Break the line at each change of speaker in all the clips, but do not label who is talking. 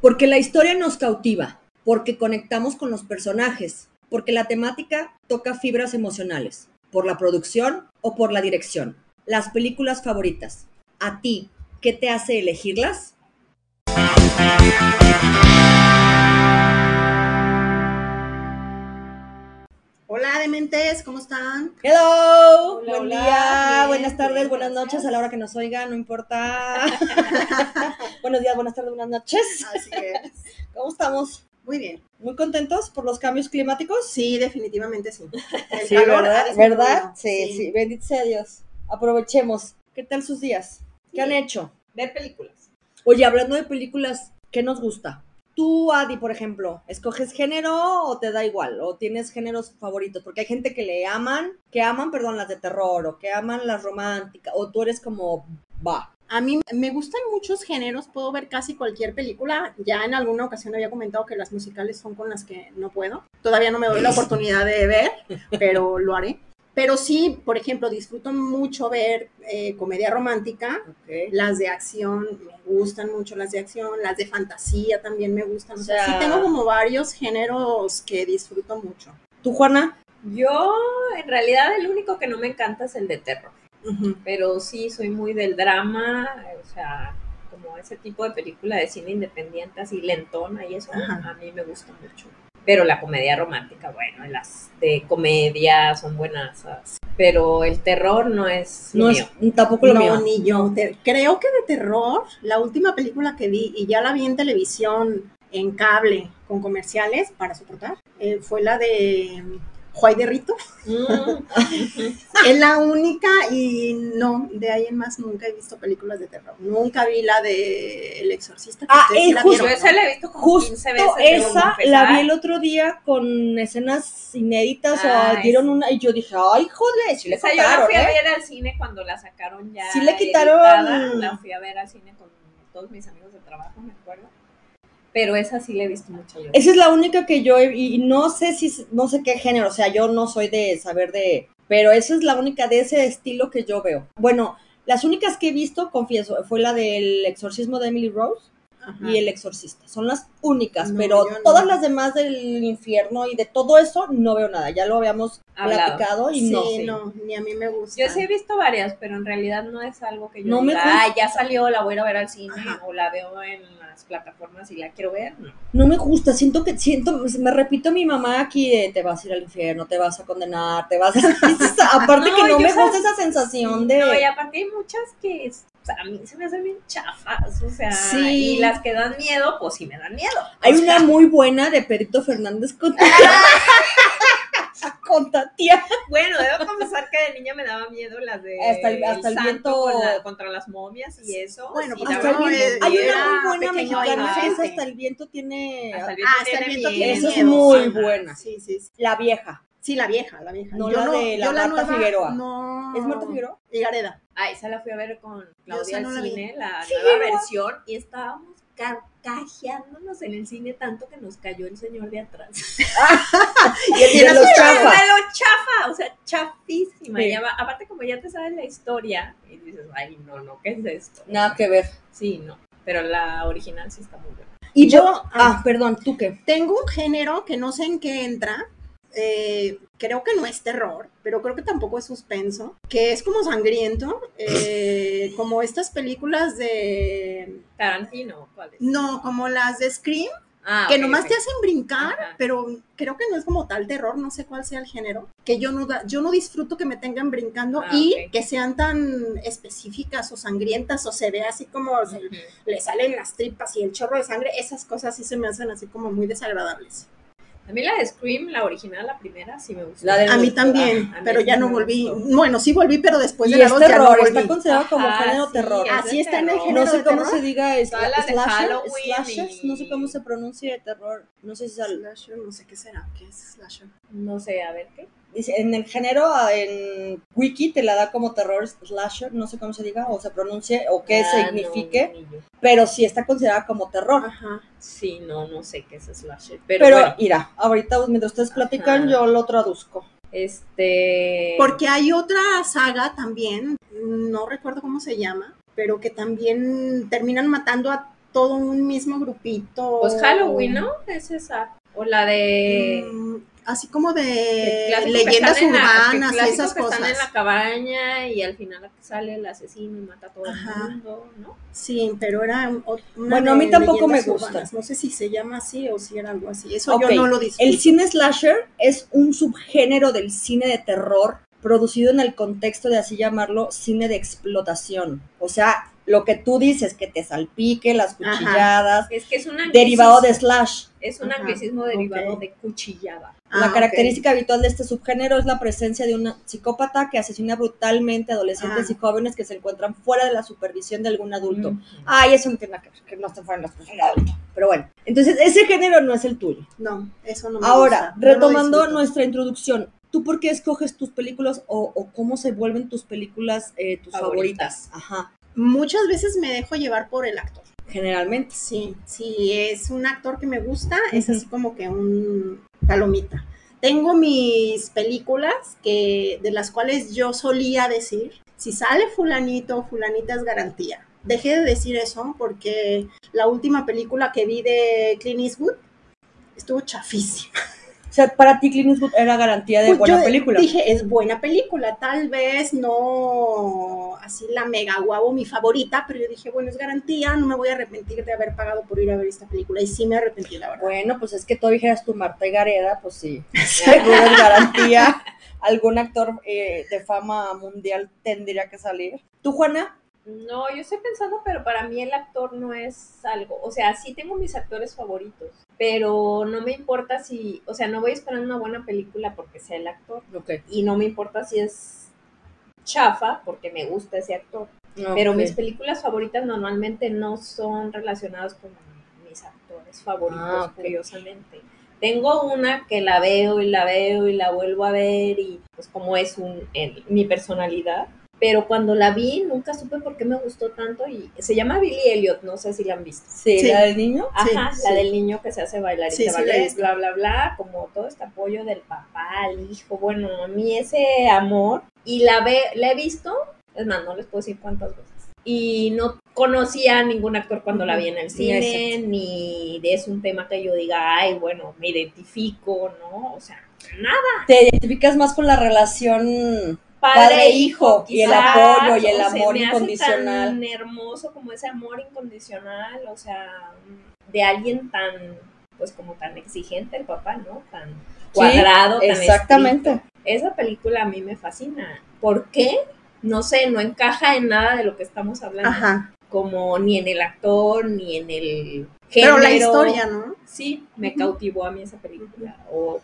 porque la historia nos cautiva, porque conectamos con los personajes, porque la temática toca fibras emocionales, por la producción o por la dirección. Las películas favoritas. ¿A ti qué te hace elegirlas?
Hola, dementes, ¿cómo están?
Hello,
Hola,
buen
hola,
día,
bien,
buenas tardes,
bien,
buenas
gracias.
noches, a la hora que nos oigan, no importa. Buenos días, buenas tardes, buenas noches.
Así es.
¿Cómo estamos?
Muy bien.
¿Muy contentos por los cambios climáticos?
Sí, definitivamente sí. El
Sí,
calor ha
¿verdad?
disminuido.
¿Verdad? Sí, sí, bendito sea Dios. Aprovechemos. ¿Qué tal sus días? ¿Qué han hecho?
Ver películas.
Oye, hablando de películas, ¿qué nos gusta? Tú, Adi, por ejemplo, ¿escoges género o te da igual? ¿O tienes géneros favoritos? Porque hay gente que le aman, que aman, perdón, las de terror o que aman las románticas. O tú eres como, va.
A mí me gustan muchos géneros, puedo ver casi cualquier película. Ya en alguna ocasión había comentado que las musicales son con las que no puedo. Todavía no me doy la oportunidad de ver, pero lo haré. Pero sí, por ejemplo, disfruto mucho ver eh, comedia romántica.
Ok.
Las de acción, me gustan mucho las de acción. Las de fantasía también me gustan. O sea,
O
sí
sea-
tengo como varios géneros que disfruto mucho.
¿Tú, Juana?
Yo, en realidad, el único que no me encanta es el de terror,
Ujú.
pero sí soy muy del drama, eh, o sea, como ese tipo de película de cine independiente, así lentona y eso,
Ajá.
a mí me gusta mucho. Pero la comedia romántica, bueno, las de comedia son buenas, pero el terror no es lo
No
mío.
es tampoco lo
no,
mío.
ni yo. Te- creo que de terror, la última película que vi, y ya la vi en televisión, en cable, con comerciales para soportar, eh, fue la de Juay de Rito.
Mm,
es la única y no, de ahí en más nunca he visto películas de terror. Nunca vi la de El Exorcista. que
Ah,
ustedes
es
sí la
justo,
yo
vieron,
esa
¿no?
la he visto como
Justo
15 veces. debo
esa la vi
confesar.
el otro día con escenas inéditas
Ah,
o dieron una y yo dije, ay, joder, si le
Esa yo la
sacaron,
fui a
¿eh?
ver al cine cuando la sacaron ya.
Sí le quitaron.
editada, La fui a ver al cine con todos mis amigos de trabajo, me acuerdo. Pero esa sí la he visto muchas veces.
Esa es la única que yo, he- y no sé si, no sé qué género, o sea, yo no soy de saber de, pero esa es la única de ese estilo que yo veo. Bueno, las únicas que he visto, confieso, fue la del exorcismo de Emily Rose
Ajá.
Ah.
y el exorcista. Son las únicas,
No,
pero
yo no.
todas las demás del infierno y de todo eso no veo nada. Ya lo habíamos
Hablado.
platicado y
Sí,
no
no,
sé.
ni a mí me gusta.
Yo sí he visto varias, pero en realidad no es algo que yo
No me
diga,
gusta.
"Ay, ya salió, la voy a ir a ver al cine
Ajá.
o la veo en las plataformas y la quiero ver. No.
no me gusta, siento que, siento, pues, me repito a mi mamá aquí de, te vas a ir al infierno, te vas a condenar, te vas a... Aparte
No,
que no
yo
me
sabes-
gusta esa sensación de...
No, y aparte hay muchas que es- o sea, a mí se me hacen bien chafas, o sea,
Sí.
y las que dan miedo, pues sí me dan miedo.
Hay
O sea,
una muy buena de Perito Fernández con, con Tatiana.
Bueno, debo confesar que de niña me daba miedo las de
Hasta el- hasta el
santo
viento-
con la- contra las momias y eso.
Bueno,
y
pues
daba
Hasta el
no,
miedo.
eh,
viento. Hay
era
una muy buena
pequeño
mexicana que es
inocente.
hasta el viento tiene...
Hasta el
Ah, hasta el
tiene
viento
miedo.
tiene
Esa es
miedo,
muy
sí.
buena.
Sí, sí, sí.
La vieja.
Sí, la vieja, la vieja.
No la de la Marta Figueroa.
No.
¿Es Marta Figueroa?
Higareda.
Ah, esa la fui a ver con Claudia
esa no
al
la vi.
cine, la
Sí,
nueva
¿verdad?
versión, y estábamos carcajeándonos en el cine tanto que nos cayó el señor de atrás.
Y el de los chafas.
Pero chafa, o sea, chafísima.
Sí.
Y aba- aparte, como ya te sabes la historia, y dices, ay, no, no, ¿qué es esto?
Nada que ver.
Sí, no. Pero la original sí está muy buena.
Y yo...
Yo-
Ah, perdón, ¿tú qué?
Tengo un género que no sé en qué entra. eh, creo que no es terror, pero creo que tampoco es suspenso. Que es como sangriento. eh, como estas películas de.
Tarantino, ¿cuál es?
No, como las de Scream,
Ah,
que
ok,
nomás
ok.
te hacen brincar,
Ajá.
pero creo que no es como tal terror, no sé cuál sea el género, que yo no, da- yo no disfruto que me tengan brincando
Ah,
y
ok.
que sean tan específicas o sangrientas o se ve así como se-
Ujú.
le salen las tripas y el chorro de sangre, esas cosas sí se me hacen así como muy desagradables.
A mí la de Scream, la original, la primera, sí me gustó.
La del-
A mí
gusto,
también,
ah, a mí
pero
sí
ya
me
no volví,
gustó.
bueno, sí volví, pero después
y
pues de la
es
dos ya no
terror, está
volví.
considerado como
Ajá,
género
sí,
terror.
es
Así
de
está en el
terror.
género.
No sé
de
cómo
terror.
se diga es-
Todas las de
slasher,
Halloween
slashers,
y-
no sé cómo se pronuncia de terror, no sé si es al-
Slasher, no sé qué será, qué es slasher.
No sé, a ver qué.
dice, en el género ah, en wiki te la da como terror slasher, no sé cómo se diga o se pronuncie o qué
Ah,
signifique,
no, ni yo.
pero sí está considerada como
Ah.
terror.
Ajá.
Sí, no, no sé qué es slasher. Pero,
Pero
bueno,
irá, ahorita mientras ustedes platican
Ajá.
yo lo traduzco.
este.
Porque hay otra saga también, no recuerdo cómo se llama, pero que también terminan matando a todo un mismo grupito.
Pues Halloween, ¿no? Es esa. O la de.
Mm, así como
el
de
clásico que
leyendas
están en la- que
urbanas y
clásico
esas
que Están en
cosas.
la cabaña y al final sale el asesino y mata a todo
Ajá.
el mundo, ¿no?
Sí, pero era un- o- una
Bueno, a
de
mí tampoco me
leyendas
gusta.
urbanas. No sé si se llama así o si era algo así. Eso
Ok,
yo no lo disfruto.
El cine slasher es un subgénero del cine de terror producido en el contexto de así llamarlo cine de explotación. O sea, lo que tú dices, que te salpique las
Ajá.
cuchilladas,
Es que es un
derivado de
anglicismo.
slash.
Es un
Ajá,
anglicismo derivado de cuchillada.
Ah,
la
ok.
característica habitual de este subgénero es la presencia de un psicópata que asesina brutalmente a adolescentes
Ah.
y jóvenes que se encuentran fuera de la supervisión de algún adulto.
Ujú.
Ay, eso no tiene nada que ver, que no están fuera de la supervisión de adulto. Pero bueno, entonces ese género no es el tuyo.
No, eso no me gusta,
Ahora,
no lo
retomando
disfruto.
nuestra introducción, ¿tú por qué escoges tus películas o, o cómo se vuelven tus películas eh, tus favoritas?
Favoritas.
Ajá,
Muchas veces me dejo llevar por el actor.
generalmente.
Sí, sí, es un actor que me gusta, es
Ujú.
así como que un palomita. Tengo mis películas que, de las cuales yo solía decir, si sale fulanito, fulanita es garantía. Dejé de decir eso porque la última película que vi de Clint Eastwood estuvo chafísima.
O sea, para ti Clint Eastwood era garantía de
Pues
buena
yo
película.
Dije, es buena película, tal vez no así la mega guau, mi favorita, pero yo dije, bueno, es garantía, no me voy a arrepentir de haber pagado por ir a ver esta película. Y sí me arrepentí, la verdad.
Bueno, pues es que tú dijeras tu Marta y Gareda, pues sí, seguro es garantía. Algún actor eh, de fama mundial tendría que salir. ¿Tú, Juana?
No, yo estoy pensando, pero para mí el actor no es algo. O sea, sí tengo mis actores favoritos, pero no me importa si. O sea, no voy esperando una buena película porque sea el actor. Y no me importa si es chafa porque me gusta ese actor. Pero mis películas favoritas normalmente no son relacionadas con mis actores favoritos,
Ah, ok.
curiosamente. Tengo una que la veo y la veo y la vuelvo a ver y pues como es un, el- mi personalidad. Pero cuando la vi nunca supe por qué me gustó tanto y se llama Billy Elliot, no sé si la han visto.
Sí,
Sí.
la del niño.
Sí,
Ajá,
sí.
la del niño que se hace bailar
Sí,
y
sí, la he visto.
bla, bla, bla, como todo este apoyo del papá, el hijo, bueno, a mí ese amor, y la, ve, la he visto, es más, no les puedo decir cuántas veces, y no conocía a ningún actor cuando la vi en el cine, ni es un tema que yo diga, ay, bueno, me identifico, ¿no? O sea, nada,
Te identificas más con la relación
padre,
Padre,
e hijo,
hijo, y el
quizás,
apoyo y el
o se
amor
me hace
incondicional.
tan hermoso como ese amor incondicional, o sea, de alguien tan, pues como tan exigente el papá, ¿no? Tan cuadrado, tan
Exactamente.
estricto. Esa película a mí me fascina. ¿Por qué? No sé, no encaja en nada de lo que estamos hablando,
Ajá.
como ni en el actor, ni en el género.
Pero la historia, ¿no?
Sí, me cautivó a mí esa película. O,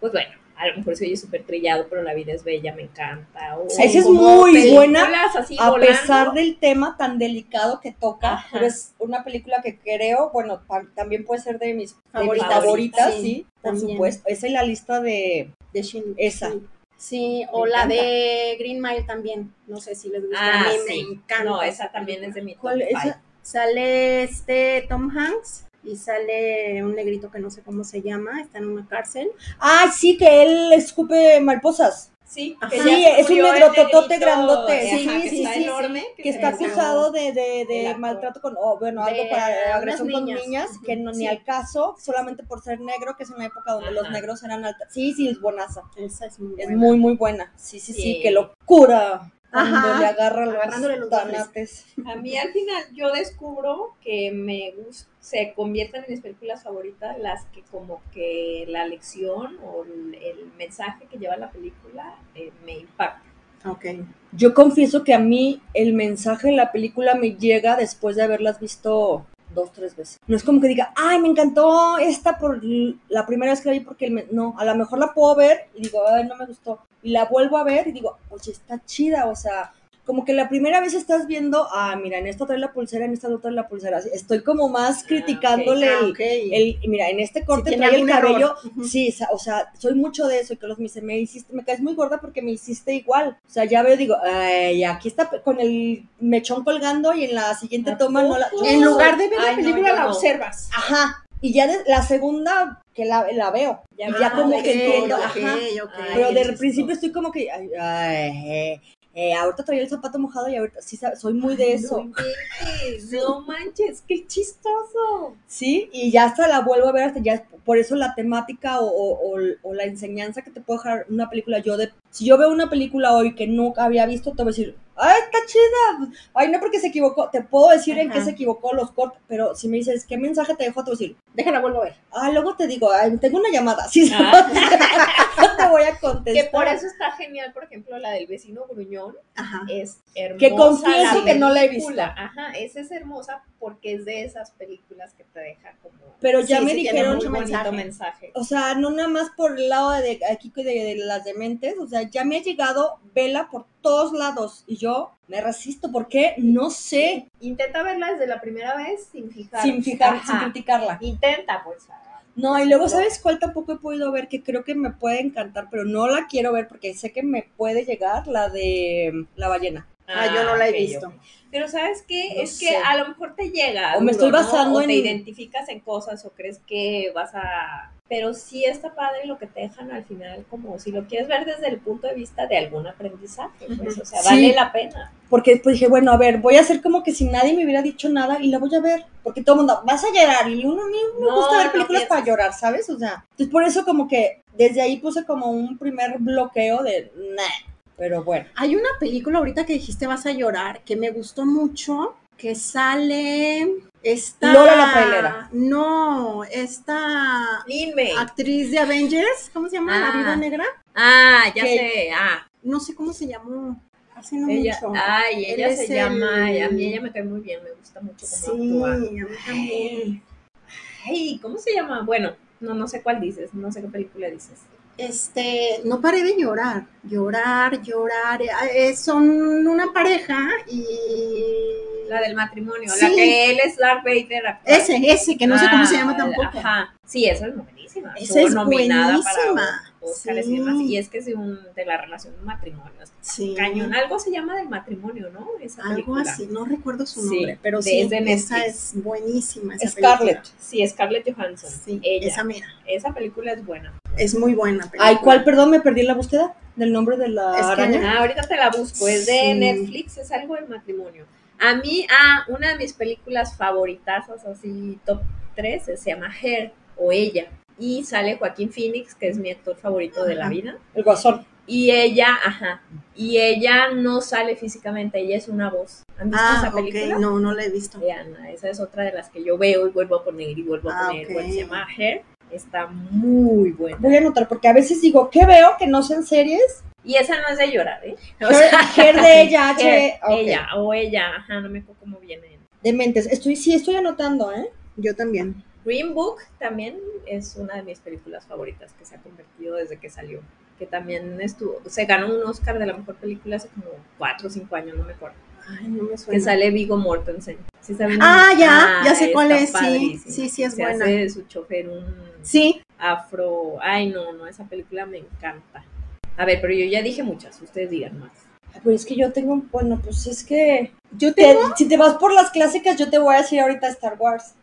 pues bueno, a lo mejor soy súper trillado, pero la vida es bella, me encanta. O,
Esa es
como
muy
películas así
a
volando.
pesar del tema tan delicado que toca,
Ajá.
pero es una película que creo, bueno, pa- también puede ser de mis de mis
Favoritas.
favoritas, sí,
Sí,
por
también.
supuesto. Esa es la lista de
De Shin.
esa.
Sí. Sí, o
Me
la
encanta.
de Green Mile también. No sé si les gusta.
Ah,
a mí
sí.
me encanta.
No, esa también es de mi top
¿Cuál es
five.
esa?
Sale este Tom Hanks y sale un negrito que no sé cómo se llama. Está en una cárcel.
Ah, sí, que él escupe mariposas,
Sí,
Ajá.
que ya
Sí,
se
es un
murió el
negrototote
negrito,
grandote.
ajá,
Sí,
que
sí,
está
sí, sí.
enorme,
que está
Exacto.
acusado de, de- de
El actor.
maltrato con, o bueno, algo
De
para eh,
unas
agresión con
niñas.
niñas,
Ujú.
que no, ni
Sí.
al caso, solamente por ser negro, que es una época donde los
Ajá.
negros eran altas. Sí, sí, es buenaza.
Esa es muy
Es
buena.
muy, muy buena. Sí, sí, sí,
Sí.
qué locura. cuando
Ajá,
le agarra
agarrándole
los
los bafles.
tanates.
A mí al final yo descubro que me gus- se convierten en mis películas favoritas las que como que la lección o el, el mensaje que lleva la película eh, me impacta.
Ok.
Yo confieso que a mí el mensaje de la película me llega después de haberlas visto dos, tres veces. No es como que diga, ay, me encantó esta por l- la primera vez que la vi porque el men-". no, a lo mejor la puedo ver y digo, ay, no me gustó. Y la vuelvo a ver y digo, oye, está chida, o sea, como que la primera vez estás viendo, ah, mira, en esta trae la pulsera, en esta no trae la pulsera. Así, Estoy como más criticándole
Ah,
el-
ok.
el, mira, en este corte
tiene
trae
algún
el
error.
cabello,
Ujú.
sí, sa- o sea, soy mucho de eso, y que los me dice, me hiciste, me caes muy gorda porque me hiciste igual, o sea, ya veo, digo, ay, aquí está pe- con el mechón colgando y en la siguiente
¿A
toma no la...
poco?
En lugar de ver
Ay,
la
no,
película,
yo
la
no.
observas.
Ajá, y ya de- la segunda que la, la veo, ya, ya
Ah,
como
ok,
que entiendo,
ok.
ajá,
ok.
Ay,
pero
del
del principio estoy como que, ay, ay, eh, eh, ahorita traía el zapato mojado y ahorita, sí, sa- soy muy de eso.
No inventes, No manches, qué chistoso.
Sí, y ya hasta la vuelvo a ver, hasta ya, por eso la temática o, o- o- o la enseñanza que te puede dejar una película, yo de, si yo veo una película hoy que nunca había visto, te voy a decir, ay, está chida, ay, no porque se equivocó, te puedo decir en qué
Ajá.
se equivocó los cortes, pero si me dices, ¿qué mensaje te dejó? Te voy a decir,
Déjala, vuelvo a ver.
ah, luego te digo, ay, tengo una llamada, sí,
Ah.
no te voy a contestar.
Que por eso está genial, por ejemplo, la del vecino gruñón
Ajá.
es hermosa.
Que confieso
la
que no la he
película. Ajá, esa es hermosa porque es de esas películas que te deja como
Pero ya
Sí,
me
sí, tiene
dijeron,
muy
mucho
bonito
mensaje.
mensaje.
o sea, no nada más por el lado de aquí que de, de las dementes, o sea, ya me ha llegado vela por todos lados y yo me resisto porque no sé,
Intenta verla desde la primera vez sin fijar.
sin fijar,
Ajá.
sin criticarla.
Intenta, pues.
No, y luego, ¿sabes cuál tampoco he podido ver? Que creo que me puede encantar, pero no la quiero ver porque sé que me puede llegar la de mm, la ballena.
Ah, yo no la he
ok,
visto.
ok. Pero ¿sabes qué?
No
es
sé.
que a lo mejor te llega.
O me estoy
¿no?
basando
o
en-
te identificas en cosas o crees que vas a... Pero sí está padre lo que te dejan al final, como si lo quieres ver desde el punto de vista de algún aprendizaje, pues,
Ujú.
o sea,
Sí.
vale la pena.
Porque después dije, bueno, a ver, voy a hacer como que si nadie me hubiera dicho nada y la voy a ver. Porque todo el mundo, vas a llorar y uno ni me gusta ver películas para llorar, ¿sabes? O sea, entonces por eso como que desde ahí puse como un primer bloqueo de nah, pero bueno.
Hay una película ahorita que dijiste vas a llorar que me gustó mucho, que sale esta...
Lola la trailera.
No, esta
Dime.
Ah,
actriz de Avengers, ¿cómo se llama? La
Ah.
Viuda Negra.
Ah, ya
Que-
sé. Ah,
No sé cómo se llamó, hace no
ella, ah,
mucho.
ay, ella
Él es
se llama...
el-
A mí ella me cae muy bien, me gusta mucho
sí, a
cómo actúa.
mí también.
Ay, ¿cómo se llama? Bueno, no, no sé cuál dices, no sé qué película dices.
Este, no paré de llorar, llorar, llorar. Eh, eh, son una pareja y...
La del matrimonio, la
Sí.
que él es Darth Vader. actual.
Ese, ese, que no sé cómo se llama
Ah,
tampoco.
Ajá. Sí, esa es buenísima.
Esa
Estuvo
es buenísima.
para Óscares
Sí.
y demás. Y es que es de, un, de la relación de un matrimonio. es
Sí.
Cañón. Algo se llama del matrimonio, ¿no? Esa
Algo
película.
así, no recuerdo su
Sí,
nombre, pero
de-
sí,
es de
esa es
Netflix.
buenísima. Esa
Scarlett.
película.
Sí, Scarlett Johansson.
Sí,
ella.
esa
Esa.
mira,
película es buena.
es muy buena. película.
Ay, ¿cuál? Perdón, me perdí en la búsqueda del nombre de la
Es que-
araña.
Ah, ahorita te la busco. Es de
Sí.
Netflix, es algo del matrimonio. A mí, ah, una de mis películas favoritazas, así top 3, se llama Her o Ella. Y sale Joaquín Phoenix, que es mi actor favorito de la
Ajá.
vida.
El guasón.
Y ella, ajá, y ella no sale físicamente, ella es una voz. ¿Han visto
Ah,
esa
ok,
película?
no, no la he visto.
Veanla, esa es otra de las que yo veo y vuelvo a poner y vuelvo a
Ah,
poner.
ok.
bueno, se llama Her, está muy buena.
Voy a anotar porque a veces digo, ¿qué veo que no sean series?
Y esa no es de llorar, ¿eh? O
Her,
sea,
Her de ella, H, E,
Her,
Ah,
ok.
ella o ella, ajá, no me acuerdo cómo viene.
Dementes. Estoy, sí, estoy anotando, ¿eh?
Yo también.
Green Book también es una de mis películas favoritas que se ha convertido desde que salió. Que también estuvo, se ganó un Oscar de la mejor película hace como 4 o 5 años, no me acuerdo.
Ay, no me
que
suena.
sale Vigo Mortensen. ¿Sí saben?
Ah, ya,
Ah,
ya sé cuál
está
es, sí,
padrísima.
sí, sí, es
Se
buena.
hace de su chofer un
Sí,
afro. Ay, no, no, esa película me encanta. A ver, pero yo ya dije muchas, ustedes digan más.
Ay, Pues es que yo tengo, bueno, pues es que
yo
te-
tengo,
si te vas por las clásicas, yo te voy a decir ahorita Star Wars.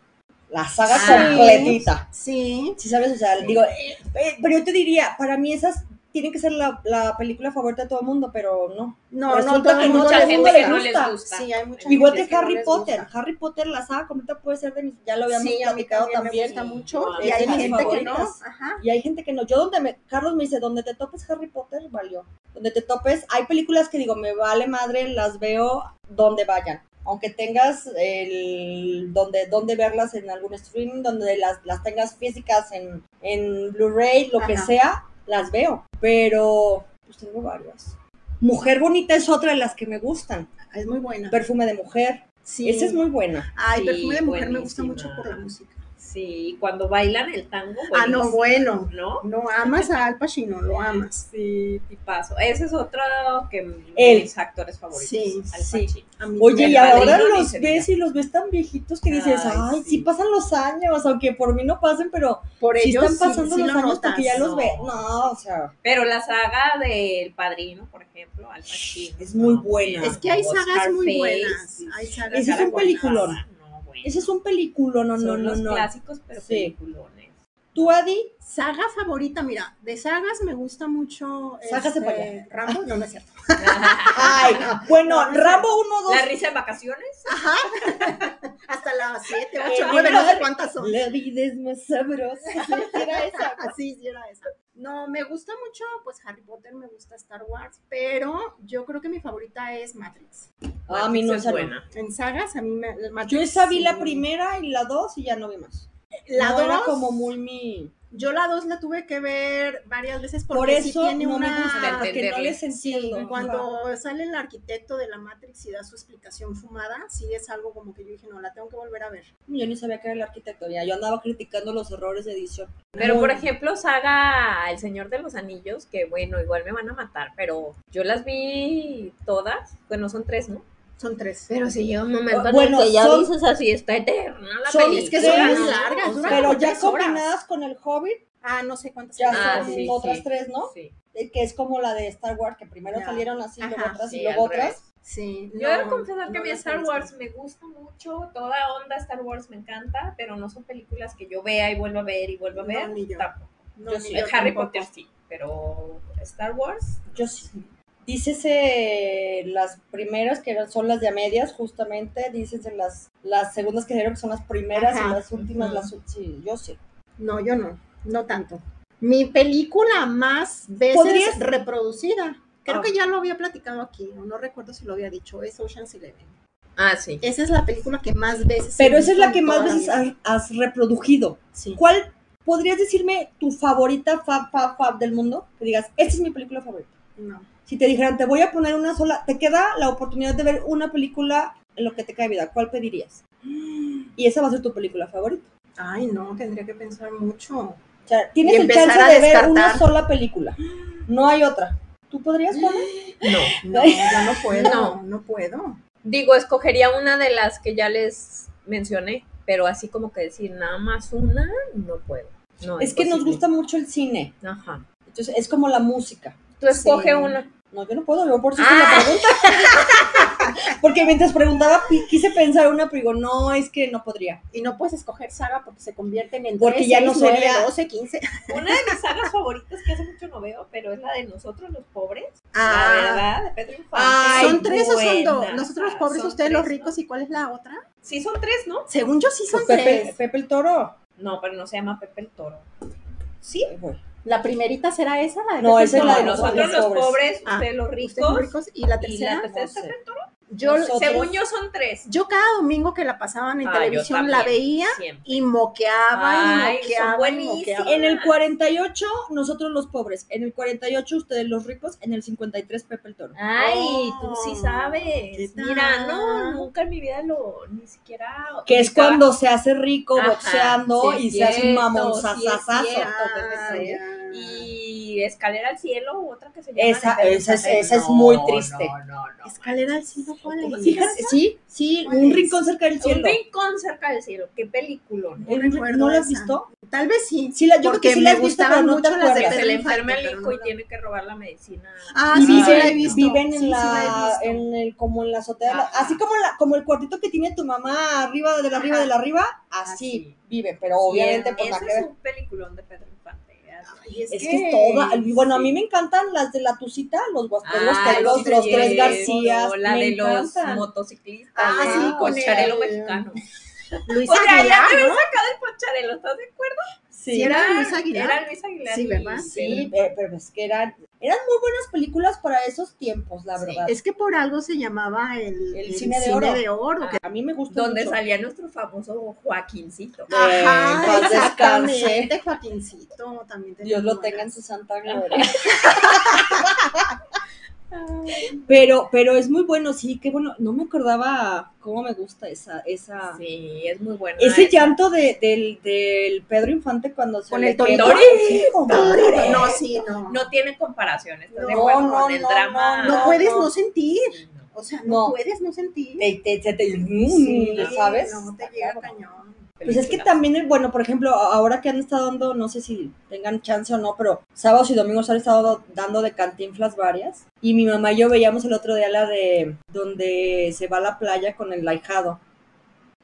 La saga
Ah.
completita.
sí,
Si sabes, o sea,
Sí.
digo, eh, eh, pero yo te diría, para mí esas tiene que ser la, la película favorita de todo el mundo, pero no.
No,
Resulta
no, todo
Pues que
el mundo
mucha
les
gente
gusta.
que no les gusta.
Sí, hay mucha
Igual
gente
que Harry
no les
Potter.
gusta.
Harry Potter, la saga completa puede ser de mis. Ya lo habíamos
Sí, a mí
platicado
también, me
también.
gusta mucho.
no,
y hay
es de mis
gente que no.
favoritas.
Ajá.
Y hay gente que no. Yo donde me, Carlos me dice, donde te topes Harry Potter, valió. Donde te topes, hay películas que digo, me vale madre, las veo donde vayan. Aunque tengas el donde, donde verlas en algún streaming, donde las, las tengas físicas en, en Blu-ray, lo que
Ajá.
sea, las veo. Pero pues tengo varias. Mujer bonita es otra de las que me gustan.
Es muy buena.
Perfume de mujer.
sí.
Esa es muy buena.
Ay,
Sí,
perfume de mujer me gusta
buenísima.
mucho por la música.
Sí, y cuando bailan el tango.
Ah, no,
buenísimo,
bueno.
¿No?
No amas a Al Pacino, lo amas.
Sí, tipazo. Ese es otro que
Él.
mis actores favoritos.
Sí,
Al
sí.
Pacino.
A mí
Oye,
me
y
El
encanta.
ahora
Padrino ni
los
se
ves y los ves tan viejitos que dices, ay,
Ay,
sí.
sí.
pasan los años, aunque por mí no pasen, pero
por
sí
ellos
están pasando
sí
los
lo
años
notas.
porque ya los
no.
ve. No, o sea,
Pero la saga del Padrino, por ejemplo, Al Pacino.
Es muy
no,
buena.
no,
Es que hay
Scarface,
sagas muy buenas. Hay sagas
Ese es un
muy buenas.
peliculón.
No, bueno.
ese es un película, no, no,
Son
no,
los
no.
clásicos, pero
Sí.
peliculones.
Tú, Adi,
Saga favorita, mira, de sagas me gusta mucho. este,
Sácase para allá.
Rambo, no, no es cierto.
ay, bueno,
No, no sé.
Rambo 1, 2,
La risa en
Ah,
vacaciones.
Hasta las 7,
Eh,
8, 9, no sé cuántas son.
la vida es más sabrosa.
Era esa, así sí era esa. No, me gusta mucho, pues Harry Potter, me gusta Star Wars, pero yo creo que mi favorita es Matrix.
Ah, a mí no esa
Matrix es
no.
buena.
En sagas, a mí me. el Matrix,
Yo esa vi la
sí.
primera y la dos y ya no vi más.
La
no, era
dos,
como muy mi...
Yo la dos la tuve que ver varias veces porque
Por
sí
eso
tiene
no
una.
me gusta, porque no
Entenderle.
les entiendo.
Sí, cuando sale el arquitecto de la Matrix y da su explicación fumada, sí es algo como que yo dije, no, la tengo que volver a ver.
Yo ni sabía que era la arquitectura, yo andaba criticando los errores de edición.
Pero,
Muy-
por ejemplo, saga El Señor de los Anillos, que bueno, igual me van a matar, pero yo las vi todas. Bueno, son tres, ¿no?
Son tres.
Pero si yo me
acuerdo Bueno, que ya son- dices
así, está eterna la
son-
película.
es que son película, muy ¿no?
largas, duran
Pero
Pues como
ya
tres horas.
combinadas con el Hobbit,
Ah, no sé cuántas.
ya
Ah,
son
sí.
sí,
otras
sí.
tres, ¿no?
Sí.
Eh, Que es como la de Star Wars, que primero
Ya.
salieron así, luego
Ajá,
otras y
sí,
luego
al
otras.
revés.
Sí,
Yo
no,
debo confesar que
no
a mí
las he
Star
visto.
Wars me gusta mucho, toda onda Star Wars me encanta, pero no son películas que yo vea y vuelva a ver y vuelva a
No,
ver.
ni yo.
Tampoco.
No,
Yo
ni
sí.
yo
El Harry
tampoco.
Potter sí, pero Star Wars.
Yo sí. Dícese las primeras que eran- son las de a medias, justamente. Dícese las, las segundas que dieron, que son las primeras,
Ajá.
y las últimas,
Ujú.
las ú- Sí, yo sí.
No, yo no, no tanto. Mi película más veces
¿Podrías-
reproducida. Creo
Ah.
que ya lo había platicado aquí, o no recuerdo si lo había dicho, es Ocean's Eleven.
Ah, sí.
Esa es la película que más veces.
Pero
he
esa es
visto
la
en
que más
toda la
veces
vida.
has, has reproducido.
Sí.
¿Cuál podrías decirme tu favorita, fab, fab, fab del mundo? Que digas, esta es mi película favorita.
No.
Si te dijeran, te voy a poner una sola, te queda la oportunidad de ver una película en lo que te cae vida, ¿cuál pedirías? Y esa va a ser tu película favorita.
Ay, no, tendría que pensar mucho.
O sea, tienes
Y
el
empezar
chance
a
de ver
descartar.
una sola película. No hay otra. ¿Tú podrías, Juana?
No.
No, yo no puedo.
No.
No, no puedo.
Digo, escogería una de las que ya les mencioné, pero así como que decir nada más una, no puedo. No,
Es que nos
imposible.
gusta mucho el cine.
Ajá.
Entonces, es como la música.
Tú escoge
Sí.
una.
No, yo no puedo, yo por eso hice
Ah.
la pregunta. Porque mientras preguntaba, pi- quise pensar una, pero digo, no, es que no podría.
Y no puedes escoger saga porque se convierten en
Porque ya no
nueve,
sería-
12, 15.
Una de mis sagas favoritas que hace mucho no veo, pero es la de Nosotros los Pobres.
Ah.
la verdad, de Pedro Infante.
Ay,
¿Son tres o son dos?
buena.
Nosotros los pobres,
Son
ustedes
tres,
los ricos,
¿no?
¿y cuál es la otra?
Sí, son tres, ¿no?
Según yo sí son
Pepe,
tres.
Pepe el Toro. pues,
No, pero no se llama Pepe el Toro.
Sí.
Ay, güey.
La primerita será esa, la de
No,
Pepe
esa es
el
la
Toro?
de
Nosotros los Pobres,
Ah,
ustedes los
Ustedes
ricos.
son ricos y la
Y la
tercera.
tercera es
No sé.
Pepe el Toro.
Yo,
Nosotros-
Según yo son tres.
yo cada domingo que la pasaban en
Ah, yo
televisión la
también,
veía
siempre.
y moqueaba
Ay,
y
son
moqueaba y
buenísimas.
moqueaba.
En el 48, nosotros los pobres. En el 48, ustedes los ricos. En el 53, Pepe el Toro.
Ay, tú sí
Oh, ¿qué
sabes.
tal?
Mira, no, nunca en mi vida lo, ni siquiera.
Que es
ubicaba.
cuando se hace rico
Ajá,
boxeando
sí es
y se hace un
cierto,
mamonzazazazo.
sí es cierto.
Ah,
Sí.
ya.
Y Escalera al Cielo, u otra que se llama.
Esa,
de Pedro
esa es,
Infante.
esa es
No,
muy triste.
No, no, no.
Escalera al cielo, ¿cuál
¿Cómo
es?
se llama?
Fíjate, sí, sí,
¿Cuál
un
es?
rincón cerca del
Un
cielo.
rincón cerca del cielo. Qué película.
Un
No
rin-
recuerdo
¿No lo has
esa.
visto?
Tal vez sí.
Sí, la, yo
Porque
creo que sí
me
la has visto,
gustaban
pero no
mucho
te
las de
acuerdas.
Se
Pedro
le
Infante,
enferma el
pero
hijo y
no la-
tiene que robar la medicina.
Ah, sí, sí la he
Viven-
visto.
Viven en
Sí, sí
la,
la he visto.
en el, como en la azotea, de la-
Ajá.
así como la, como el cuartito que tiene tu mamá arriba de la arriba
Ajá.
de la arriba, así
Así.
vive, pero obviamente pues,
Sí,
por la
Ese es un peliculón de Pedro Infante.
feas.
Es, que, es toda. y Bueno, a mí me encantan las de la Tucita, los Guasperos,
Ah,
los, los tres García.
La de los motociclistas. Ah,
sí,
sí,
con
Charelo
el-
mexicano.
Luis
O sea, ya
Aguilar,
te habías
¿no?
sacado el pocharelo, ¿estás de acuerdo?
Sí, era Luis Aguilar.
Era Luis Aguilar.
Sí, ¿verdad?
y-
Sí, pe- pero es que eran, eran muy buenas películas para esos tiempos, la
Sí,
verdad.
Es que por algo se llamaba el,
El cine de oro.
oro, que-
a mí me gustó
Donde
mucho.
salía nuestro famoso Joaquincito.
Eh,
Ajá,
en paz descanse.
exactamente, Joaquincito también tenía
Dios lo
buena-
tenga en su santa gloria. pero, pero es muy bueno, sí, qué bueno. No me acordaba cómo me gusta esa, esa.
Sí, es muy bueno.
Ese llanto de, del, del Pedro Infante cuando se
Con
le
el Tori.
queda- Sí, comadre.
No, sí, no. No,
No tiene comparaciones. ¿estás de
No,
acuerdo?
no,
Con el
no,
drama.
no,
puedes
no.
no sentir.
Sí, no.
O sea, no,
No.
puedes no sentir.
Te- te- se te-
Sí,
¿sabes?
No, te llega cañón.
Pues es que
Película.
también, bueno, por ejemplo, a- ahora que han estado dando, no sé si tengan chance o no, pero sábados y domingos han estado dando de cantinflas varias. Y mi mamá y yo veíamos el otro día la de donde se va a la playa con el laijado.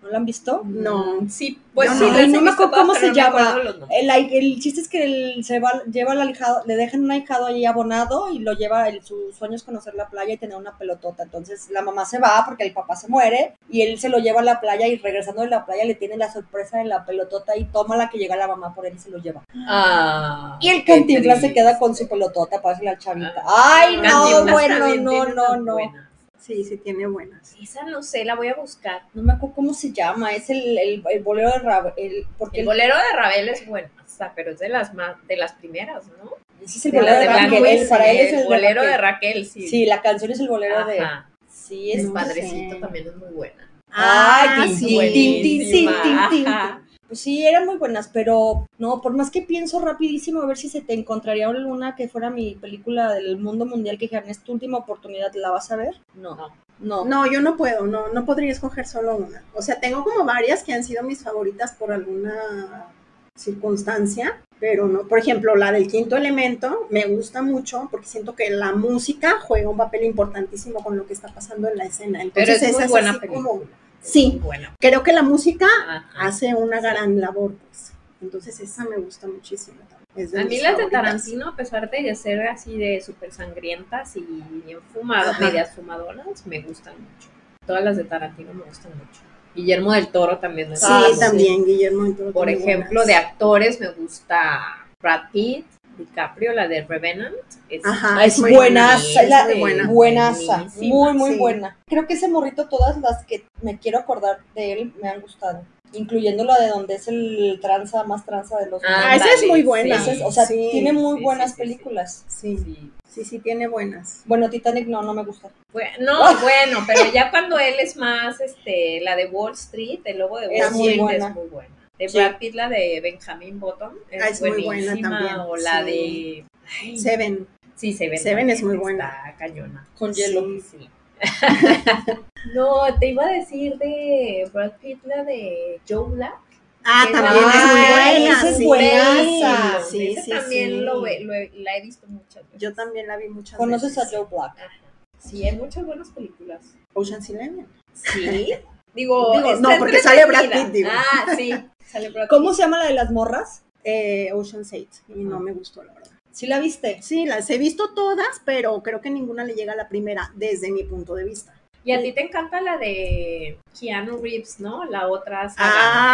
¿No la han visto?
No.
Sí, pues
No,
sí.
no,
las
no
he
me
visto
acuerdo cómo
todas,
se
pero no me
llama.
acuerdo los nombres.
El, lai- el chiste es que el- se va, lleva al ahijado, le dejan un ahijado ahí abonado y lo lleva, el, su sueño es conocer la playa y tener una pelotota. Entonces la mamá se va porque el papá se muere y él se lo lleva a la playa y regresando de la playa le tiene la sorpresa en la pelotota y toma la que llega la mamá por él y se lo lleva.
Ah,
Y el
qué
cantinflas se
triste. Ah,
queda con su pelotota para hacerle la chavita. Ay, no,
Cantinflas
bueno,
también
no,
tiene
no,
unas
no.
buenas.
Sí, sí tiene buenas.
Esa no sé, la voy a buscar.
No me acuerdo cómo se llama, es el, el, el bolero de Ravel, el- porque
El
el-
bolero de Ravel es bueno, o sea, pero es de las más, de las primeras, ¿no?
ese es el
De
bolero
las
de
de Blanco
Raquel,
y
él- para él es el,
el bolero de
Raquel.
Raquel, sí.
Sí, la canción es el bolero de...
Ajá.
Sí,
El
es
No
padrecito
sé.
también es muy buena.
Ay, tin, Ah, tin, tin, tin,
Ah, sí,
tin, tin, tin. Pues sí, eran muy buenas, pero no, por más que pienso rapidísimo a ver si se te encontraría alguna que fuera mi película del mundo mundial que gané, es tu última oportunidad, ¿la vas a ver? No, no.
No, yo no puedo, no, no podría escoger solo una. O sea, tengo como varias que han sido mis favoritas por alguna circunstancia, pero no. Por ejemplo, la del quinto elemento me gusta mucho porque siento que la música juega un papel importantísimo con lo que está pasando en la escena.
Pero
Entonces,
es
esa
muy buena
así
película.
como-
Es
Sí. Ah,
muy buena.
creo que la música
Ajá.
hace una gran labor, pues. Entonces, esa me gusta muchísimo. también. Es de
A
mis
mí las de
favoritas.
Tarantino, a pesar de ser así de súper sangrientas y bien fumadas,
Ajá.
medias fumadonas, me gustan mucho. Todas las de Tarantino me gustan mucho. Guillermo del Toro también me
Sí,
gusta.
Ah, sí.
también, Guillermo. del Toro
Por
tiene
ejemplo,
buenas.
de actores me gusta Brad Pitt, DiCaprio, la de Revenant. es-
Ajá,
Ah, es
muy
buenaza,
buena,
es la-
es buena.
buenaza, muy,
Buenísima,
muy
sí.
buena. Creo que ese morrito, todas las que me quiero acordar de él me han gustado, incluyendo la de donde es el tranza, más tranza de los...
Ah,
Ah, esa es
Ándale,
muy
sí.
buena.
Ese es- o sea,
Sí,
tiene muy
sí,
buenas
sí, sí, sí.
películas.
Sí,
Sí.
sí, sí, tiene buenas.
Bueno, Titanic no, no me gusta.
Bue- No, bueno, pero ya cuando él es más, este, la de Wall Street, el lobo de Wall
Es muy
Street
buena.
es muy buena. De
Sí.
Brad Pitt, la de Benjamin Button, es,
Ah, es muy buena
buenísima.
también,
o la
sí.
de... ay,
Seven.
sí, Seven.
Seven es muy
también
buena.
Está cañona.
Con hielo.
Sí, sí. no, te iba a decir de Brad Pitt, la de Joe Black.
Ah,
que
también
la-
es muy
Ay,
buena.
esa es
sí.
buenaza.
Ah, Sí,
Esa
sí,
también
sí.
Lo, ve- lo he- la he visto muchas veces.
Yo también la vi muchas
¿Conoces a
veces.
Joe Black?
Ajá. Sí, hay muchas buenas películas.
Ocean's Eleven.
Sí. Digo,
Digo,
está
no, porque sale Brad
entretenida.
Pitt, digo.
Ah, sí, sale Brad
¿Cómo se llama la de las morras?
Eh, Ocean's Eight. Y
Ah.
no me gustó, la verdad.
¿Sí la viste?
Sí, las he visto todas, pero creo que ninguna le llega a la primera, desde mi punto de vista.
Pitt. Y a ti te encanta la de Keanu Reeves, ¿no? La otra saga.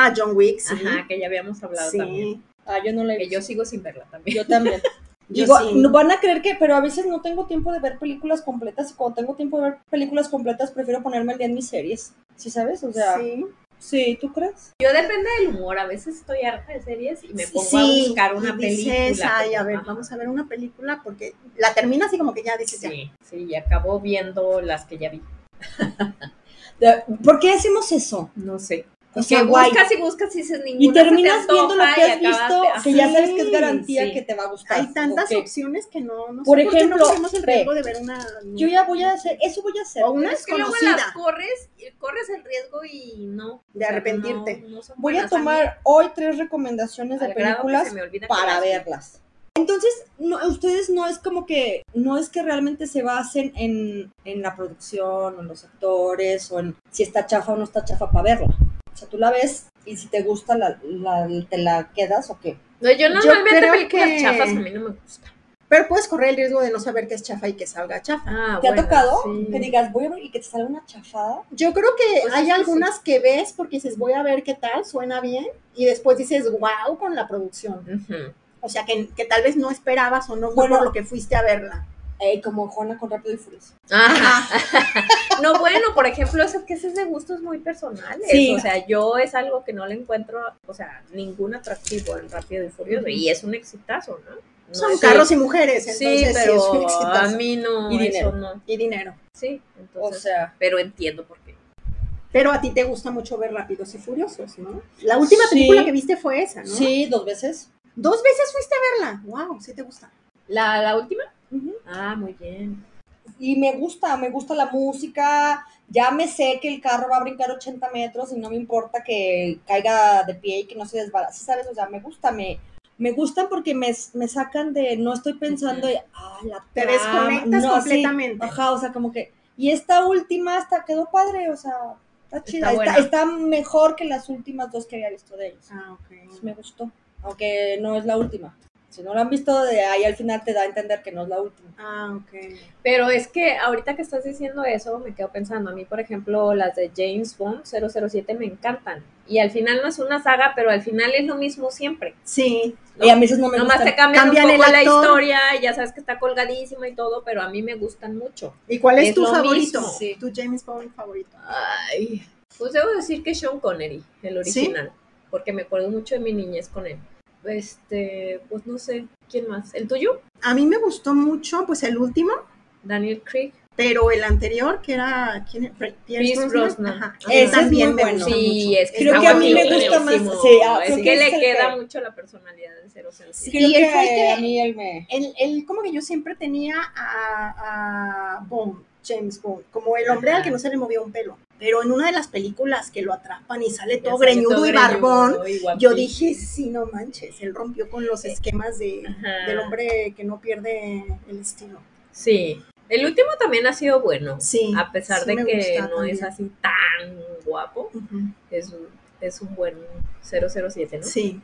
Ah, John Wick, sí.
Ajá, que ya habíamos hablado
sí.
también.
Ah, yo no la he
Que
visto.
yo sigo sin verla también.
Yo también.
Yo
Digo,
sí.
no van a creer que, pero a veces no tengo tiempo de ver películas completas y cuando tengo tiempo de ver películas completas prefiero ponerme al día en mis series. ¿Sí sabes? O sea, sí,
Sí.
¿tú crees?
Yo depende del humor, a veces estoy harta de series y me pongo a buscar una
y dices,
película.
Ay, a ver, vamos a ver una película porque la terminas y como que ya dices, ya.
Sí, sí, y acabo viendo las que ya vi.
De- ¿Por qué hacemos eso?
No sé.
O
Porque
sea, guay.
buscas y buscas y dices ninguna.
Y
se te
terminas viendo lo
antoja
que
y
has
acabas
visto, que
de- Ajá.
ya sabes que es garantía
sí.
que te va a gustar.
Hay tantas
Ok.
opciones que no, no
Por
sé por qué no
ejemplo,
corremos el
ve,
riesgo de ver una.
Yo ya voy a hacer, eso voy a hacer.
O una
Es que luego
desconocida.
las corres, y corres el riesgo y no.
De
o sea,
arrepentirte.
no- no son
Voy a
buenas. mí,
tomar hoy tres recomendaciones de
al grado que
películas
se me olvida que
para
las vi.
verlas. Entonces, no, ustedes no es como que, no es que realmente se basen en, en la producción o en los actores o en si está chafa o no está chafa para verla. O sea, tú la ves y si te gusta, la, la- te la quedas o qué.
No, yo normalmente
creo
películas
que-
chafas a mí no me gusta.
Pero puedes correr el riesgo de no saber qué es chafa y que salga chafa.
Ah,
¿Te ha
bueno,
tocado
sí.
que digas, voy a ver y que te sale una chafada?
Yo creo que
Pues
hay
es que
algunas que ves porque dices, voy a ver qué tal, suena bien, y después dices, wow, con la producción.
Ujú.
O sea, que, que tal vez no esperabas o no fue
Bueno.
por lo que fuiste a verla.
Eh, como Juana con Rápido y Furioso.
Ajá. Ah. No, bueno, por ejemplo, eso que ese es de gustos muy personales.
Sí.
O sea, yo es algo que no le encuentro, o sea, ningún atractivo en Rápido y Furioso. Y es un exitazo, ¿no? No
Son
es-
carros y mujeres,
Sí,
entonces sí,
pero
es un
a
exitazo.
mí no,
Y dinero.
eso no.
Y dinero.
Sí,
O
entonces,
sea,
pero entiendo por qué.
Pero a ti te gusta mucho ver Rápidos y Furiosos, ¿no? La última
Sí.
película que viste fue esa, ¿no?
sí, dos veces.
Dos veces fuiste a verla. Wow, sí te gusta.
¿La, la última?
Ujú.
Ah, muy bien.
Y me gusta, me gusta la música. Ya me sé que el carro va a brincar 80 metros y no me importa que caiga de pie y que no se desbarace, ¿sabes? O sea, me gusta, me, me gustan porque me, me sacan de, no estoy pensando, y, ah, la
Te
trama",
desconectas
no, sí.
completamente.
Ajá, o sea, como que. Y esta última hasta quedó padre, o sea, está chida. Está,
buena.
está mejor que las últimas dos que había visto de ellos.
Ah,
Entonces,
ok.
Me gustó, aunque no es la última. Si no la han visto, de ahí al final te da a entender que no es la última.
Ah, ok.
Pero es que ahorita que estás diciendo eso, me quedo pensando. A mí, por ejemplo, las de James Bond 007 me encantan. Y al final no es una saga, pero al final es lo mismo siempre.
Sí,
Y a mí esas no me
Nomás
gustan.
te cambian,
Cambian
un
el
poco la
actor.
historia, y ya sabes que está colgadísima y todo, pero a mí me gustan mucho.
¿Y cuál es,
Es
tu
lo
favorito?
mismo.
Sí.
Tu James Bond favorito.
Ay, pues debo decir que Sean Connery, el original, porque me acuerdo mucho de mi niñez con él. Este, pues no sé, ¿quién más? ¿El tuyo?
A mí me gustó mucho, pues el último,
Daniel Craig.
pero el anterior que era ¿quién era? Pierce,
Pierce Brosnan.
Ajá.
Ese
Ese
es
también
muy
me
bueno.
gusta
Sí,
mucho.
es que
Creo
está
que a mí me gusta más-
guapísimo.
sí, ah,
es
creo
que,
que
le
es el
queda
que-
mucho la personalidad del 007.
Creo
Y
que
él fue el que-
a mí él me.
El, el como que yo siempre tenía a, a Bond, James Bond, como el hombre
Ajá.
al que no se le movía un pelo. Pero en una de las películas que lo atrapan y sale
Ya
todo
sale
greñudo
todo
y barbón,
greñudo y guapísimo.
yo dije, sí, no manches, él rompió con los esquemas de,
Ajá.
del hombre que no pierde el estilo.
Sí. El último también ha sido bueno.
Sí,
A pesar
sí
de
me
que
gusta
no es
también.
así tan guapo,
Ujú.
es un, es un buen 007, ¿no?
Sí.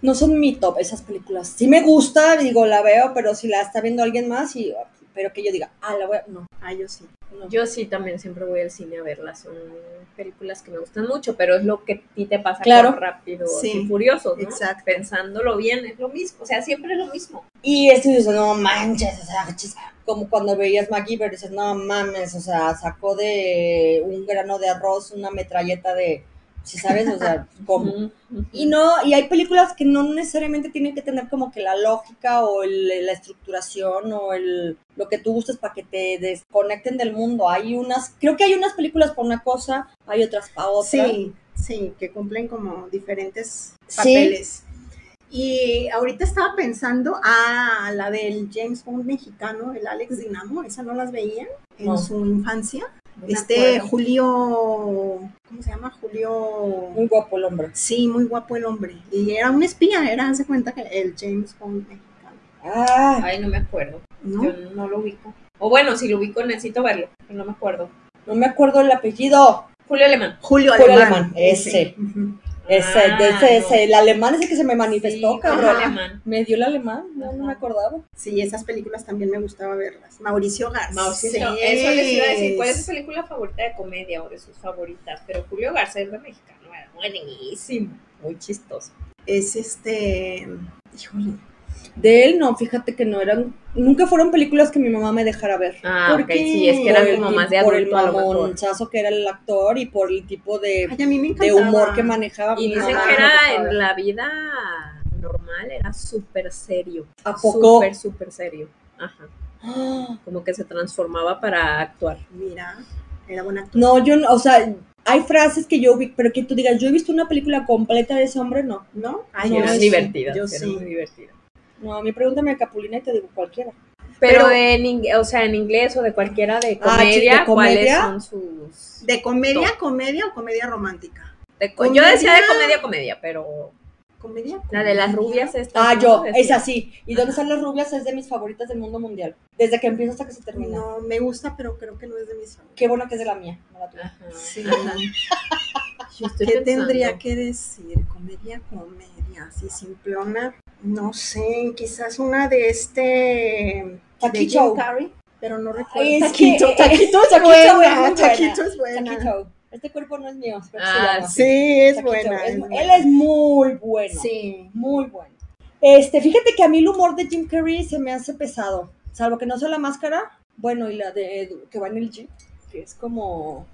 No son mi top esas películas. Sí me gusta, digo, la veo, pero si la está viendo alguien más, y, pero que yo diga, ah, la voy a. No,
Ah, yo sí.
no.
Yo sí también siempre voy al cine a verlas, son películas que me gustan mucho, pero es lo que a ti te pasa
Claro.
con rápido
Sí,
y furioso, ¿no?
exacto.
Pensándolo bien, es lo mismo, o sea, siempre es lo mismo.
Y este dice, no manches, o sea, chis, como cuando veías MacGyver, dices, no mames, o sea, sacó de un grano de arroz una metralleta de, si sabes, o sea, como.
Ujú.
Y no, y hay películas que no necesariamente tienen que tener como que la lógica o el- la estructuración o el, lo que tú gustes para que te desconecten del mundo. Hay unas, creo que hay unas películas para una cosa, hay otras para otra.
Sí, sí, que cumplen como diferentes
Sí.
papeles. Y ahorita estaba pensando a la del James Bond mexicano, el Alex Dinamo, esa no las veía en
No.
su infancia.
No me
Este
acuerdo.
Julio, ¿cómo se llama? Julio.
Muy guapo el hombre.
Sí, muy guapo el hombre. Y era un espía, era, hace cuenta que el James Bond mexicano.
Ah,
Ay, no me acuerdo,
¿no?
yo no lo ubico. O bueno, si lo ubico necesito verlo, pero no me acuerdo.
no me acuerdo el apellido.
Julio Alemán.
Julio
Julio
Alemán.
Alemán, ese.
Ujú.
Ese,
Ah,
de ese,
no.
ese, el alemán ese que se me manifestó,
Sí,
cabrón.
Julio Alemán.
Me dio el alemán, no, no me acordaba.
Sí, esas películas también me gustaba verlas. Mauricio Garcés.
Mauricio, eso les iba a decir, pues. ¿cuál es su película favorita de comedia o de sus favoritas? Pero Julio Garcés de mexicano era buenísimo, muy chistoso.
es este. Híjole.
De él, no, fíjate que no eran, nunca fueron películas que mi mamá me dejara ver.
Ah,
¿Por
ok,
qué?
sí, es que
Por
eran
el
como
tip-
más de
por el
adulto a lo mejor.
mamonchazo que era el actor y por el tipo de,
Ay, a mí me
de
encantaba.
humor que manejaba. pues,
Y
mi
dicen
mamá.
que era
A
en la vida normal, era súper serio.
¿A poco?
Súper, súper serio. Ajá.
Ah,
Como que se transformaba para actuar.
Mira, era buena actriz.
No, yo, no- o sea, hay frases que yo vi, pero que tú digas, yo he visto una película completa de ese hombre, no.
¿No?
Y
yo
eran
sí,
divertidas,
yo
eran
sí.
muy divertidas.
No, a mí pregúntame a Capulina y te digo cualquiera.
Pues Pero,
Pero-
en, ing- o sea, en inglés o de cualquiera de
Ah, sí,
comedia,
de comedia.
¿cuáles son sus...?
¿De comedia, comedia o comedia romántica?
de co- yo
Comedia.
decía de comedia, comedia, pero
¿Comedia?
la de las
comedia.
rubias estas.
Ah,
¿cómo
yo,
se decía?
es así. ¿Y dónde están las rubias? Es de mis favoritas del mundo mundial. Desde que empieza hasta que se termina.
No, me gusta, pero creo que no es de mis favoritas.
Qué bueno que es de la mía. no la tuya.
Ajá.
Sí.
Yo estoy
¿Qué
pensando.
tendría que decir? Comedia, comedia. y así simplona. No sé, quizás una de este.
Taki
de Jim
Chow.
Carrey, pero no recuerdo.
Es
Taquito,
que-
taquito, es
Taquito
buena,
es muy buena.
Taquito es buena.
Taquito. Este cuerpo no es mío. creo que se
Ah,
llama.
Sí, es
Taquito.
buena.
Es
es
mu-
buena.
él es muy bueno.
Sí.
Muy bueno. Este, fíjate que a mí el humor de Jim Carrey se me hace pesado. Salvo que no sea la máscara. Bueno, y la de que va en el jeep, que es como.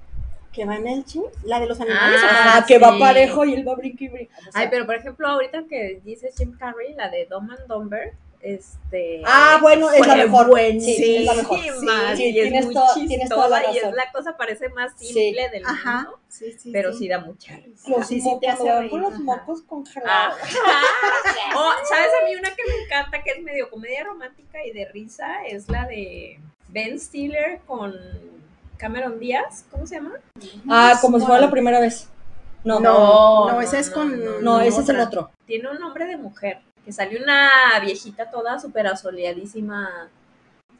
¿Que va en el chip? ¿La de los animales?
Ah,
Ah, que va
sí.
parejo y él va brinque y brinca. O sea,
Ay, pero por ejemplo, ahorita que dices Jim Carrey, la de Dumb and Dumber, este...
Ah, bueno, es la
fue
mejor. Sí, es la mejor.
buenísima,
Sí,
y es
tienes
muy
toda- tienes toda la
chistosa, y es
razón.
la cosa parece más
Sí.
simple del
Ajá.
mundo,
Sí, sí.
pero sí da mucha risa.
Los
sí, sí,
mocos,
te hace
cuando van
reír,
con los
ajá.
mocos congelados.
Ajá. O, ¿Sabes a mí una que me encanta, que es medio comedia romántica y de risa? Es la de Ben Stiller con Cameron Díaz, ¿cómo se llama?
Ah, como si fuera la primera vez. No, no,
No, no, ese es con-
no, ese es el
otra.
otro.
Tiene un nombre de mujer, que salió una viejita toda súper asoleadísima.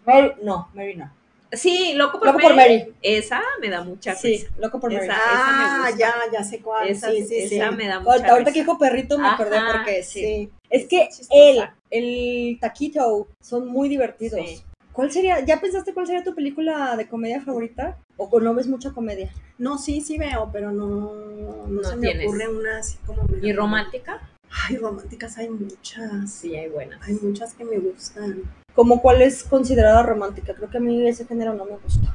Mary, no, Mary no.
Sí, Loco por,
Loco por Mary.
Esa me da mucha
Sí,
risa.
loco por Mary.
Esa, esa me
Ah,
gusta.
ya, ya sé cuál.
Esa,
sí, sí,
esa
sí.
me da mucha
Ahorita, ahorita que
risa.
dijo perrito me acordé
Ajá,
porque sí.
Sí.
Es que
Chistosa.
él, el taquito, son muy divertidos.
Sí.
¿Cuál sería, ya pensaste cuál sería tu película de comedia favorita? ¿O o no ves mucha comedia?
No, sí, sí veo, pero no, no,
No
se me
tienes.
ocurre una así como.
¿Y romántica?
Ay, románticas hay muchas.
Sí, hay buena.
Hay muchas que me gustan.
¿Como cuál es considerada romántica? Creo que a mí ese género no me gusta.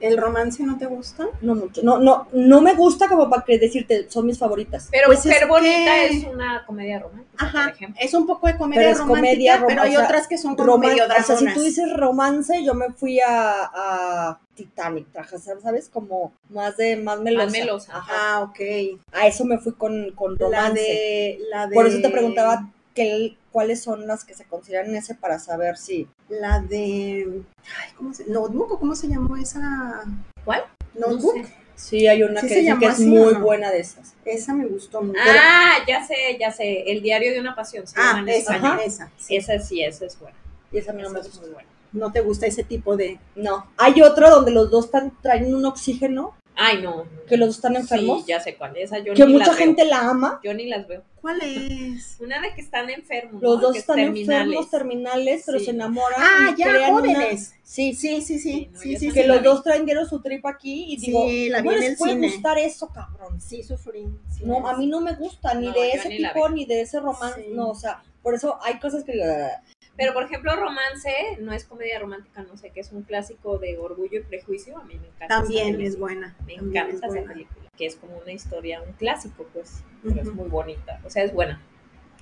¿El romance no te gusta?
No mucho. No, no, no me gusta como para que decirte, son mis favoritas.
Pero
Pues es
Mujer Bonita
que-
es una comedia romántica,
Ajá.
por ejemplo.
Es un poco de comedia
Pero es
romántica,
comedia rom-
pero hay
o sea,
otras que son como
Roman-
medio
o sea, si
dramonas.
tú dices romance, yo me fui a, a Titanic, traje, ¿sabes? Como más de, más melosa.
melosa.
Ajá.
Ah, ok.
A eso me fui con, con
La
romance.
de, la de.
Por eso te preguntaba que- cuáles son las que se consideran ese para saber si.
La de. Ay, ¿cómo se. Notebook, ¿o ¿cómo se llamó esa?
¿Cuál?
Notebook.
No sé.
Sí, hay una
Sí
que,
se
dicen
llamó
que es
así,
muy
¿o no?
buena de esas.
Esa me gustó mucho.
Ah, ya sé, ya sé. El diario de una pasión. se llama
ah,
en
esa,
español.
Ajá.
esa.
Sí, Esa sí, esa es buena.
Y esa a mí no
Esa
me
es
gusta.
muy buena.
No te gusta ese tipo de.
No. Hay otra donde los dos están, traen un oxígeno,
Ay, no.
que los dos están enfermos,
Sí, ya sé cuál. Esa yo
que
ni
mucha
las veo.
gente la ama.
Yo ni las veo.
¿Cuál es?
Una de que están enfermos.
Los
¿no?
dos
Que
están
terminales.
enfermos, terminales, pero
Sí.
se enamoran.
Ah,
y
ya,
crean una-
jóvenes.
Sí, sí.
Sí, sí, sí.
Sí, no,
Sí,
ya
sí,
está.
Que
sí,
los
la vi.
dos traen dieron su tripa aquí y digo,
Sí, la vi
¿cómo
en
les
el
puede
cine.
gustar eso, cabrón?
Sí, sufrí. sí.
No, a mí no me gusta ni
No,
de
yo
ese
ni la
tipo ni de ese romance,
Sí.
no, o sea, por eso hay cosas que digo, "Ah".
Pero, por ejemplo, romance no es comedia romántica, no sé, que es un clásico de orgullo y prejuicio. A mí me encanta. esa
También
película.
es buena.
Me
también es
encanta esa
buena.
película. Que es como una historia, un clásico, pues. Pero es
Ujú.
muy bonita. O sea, es buena.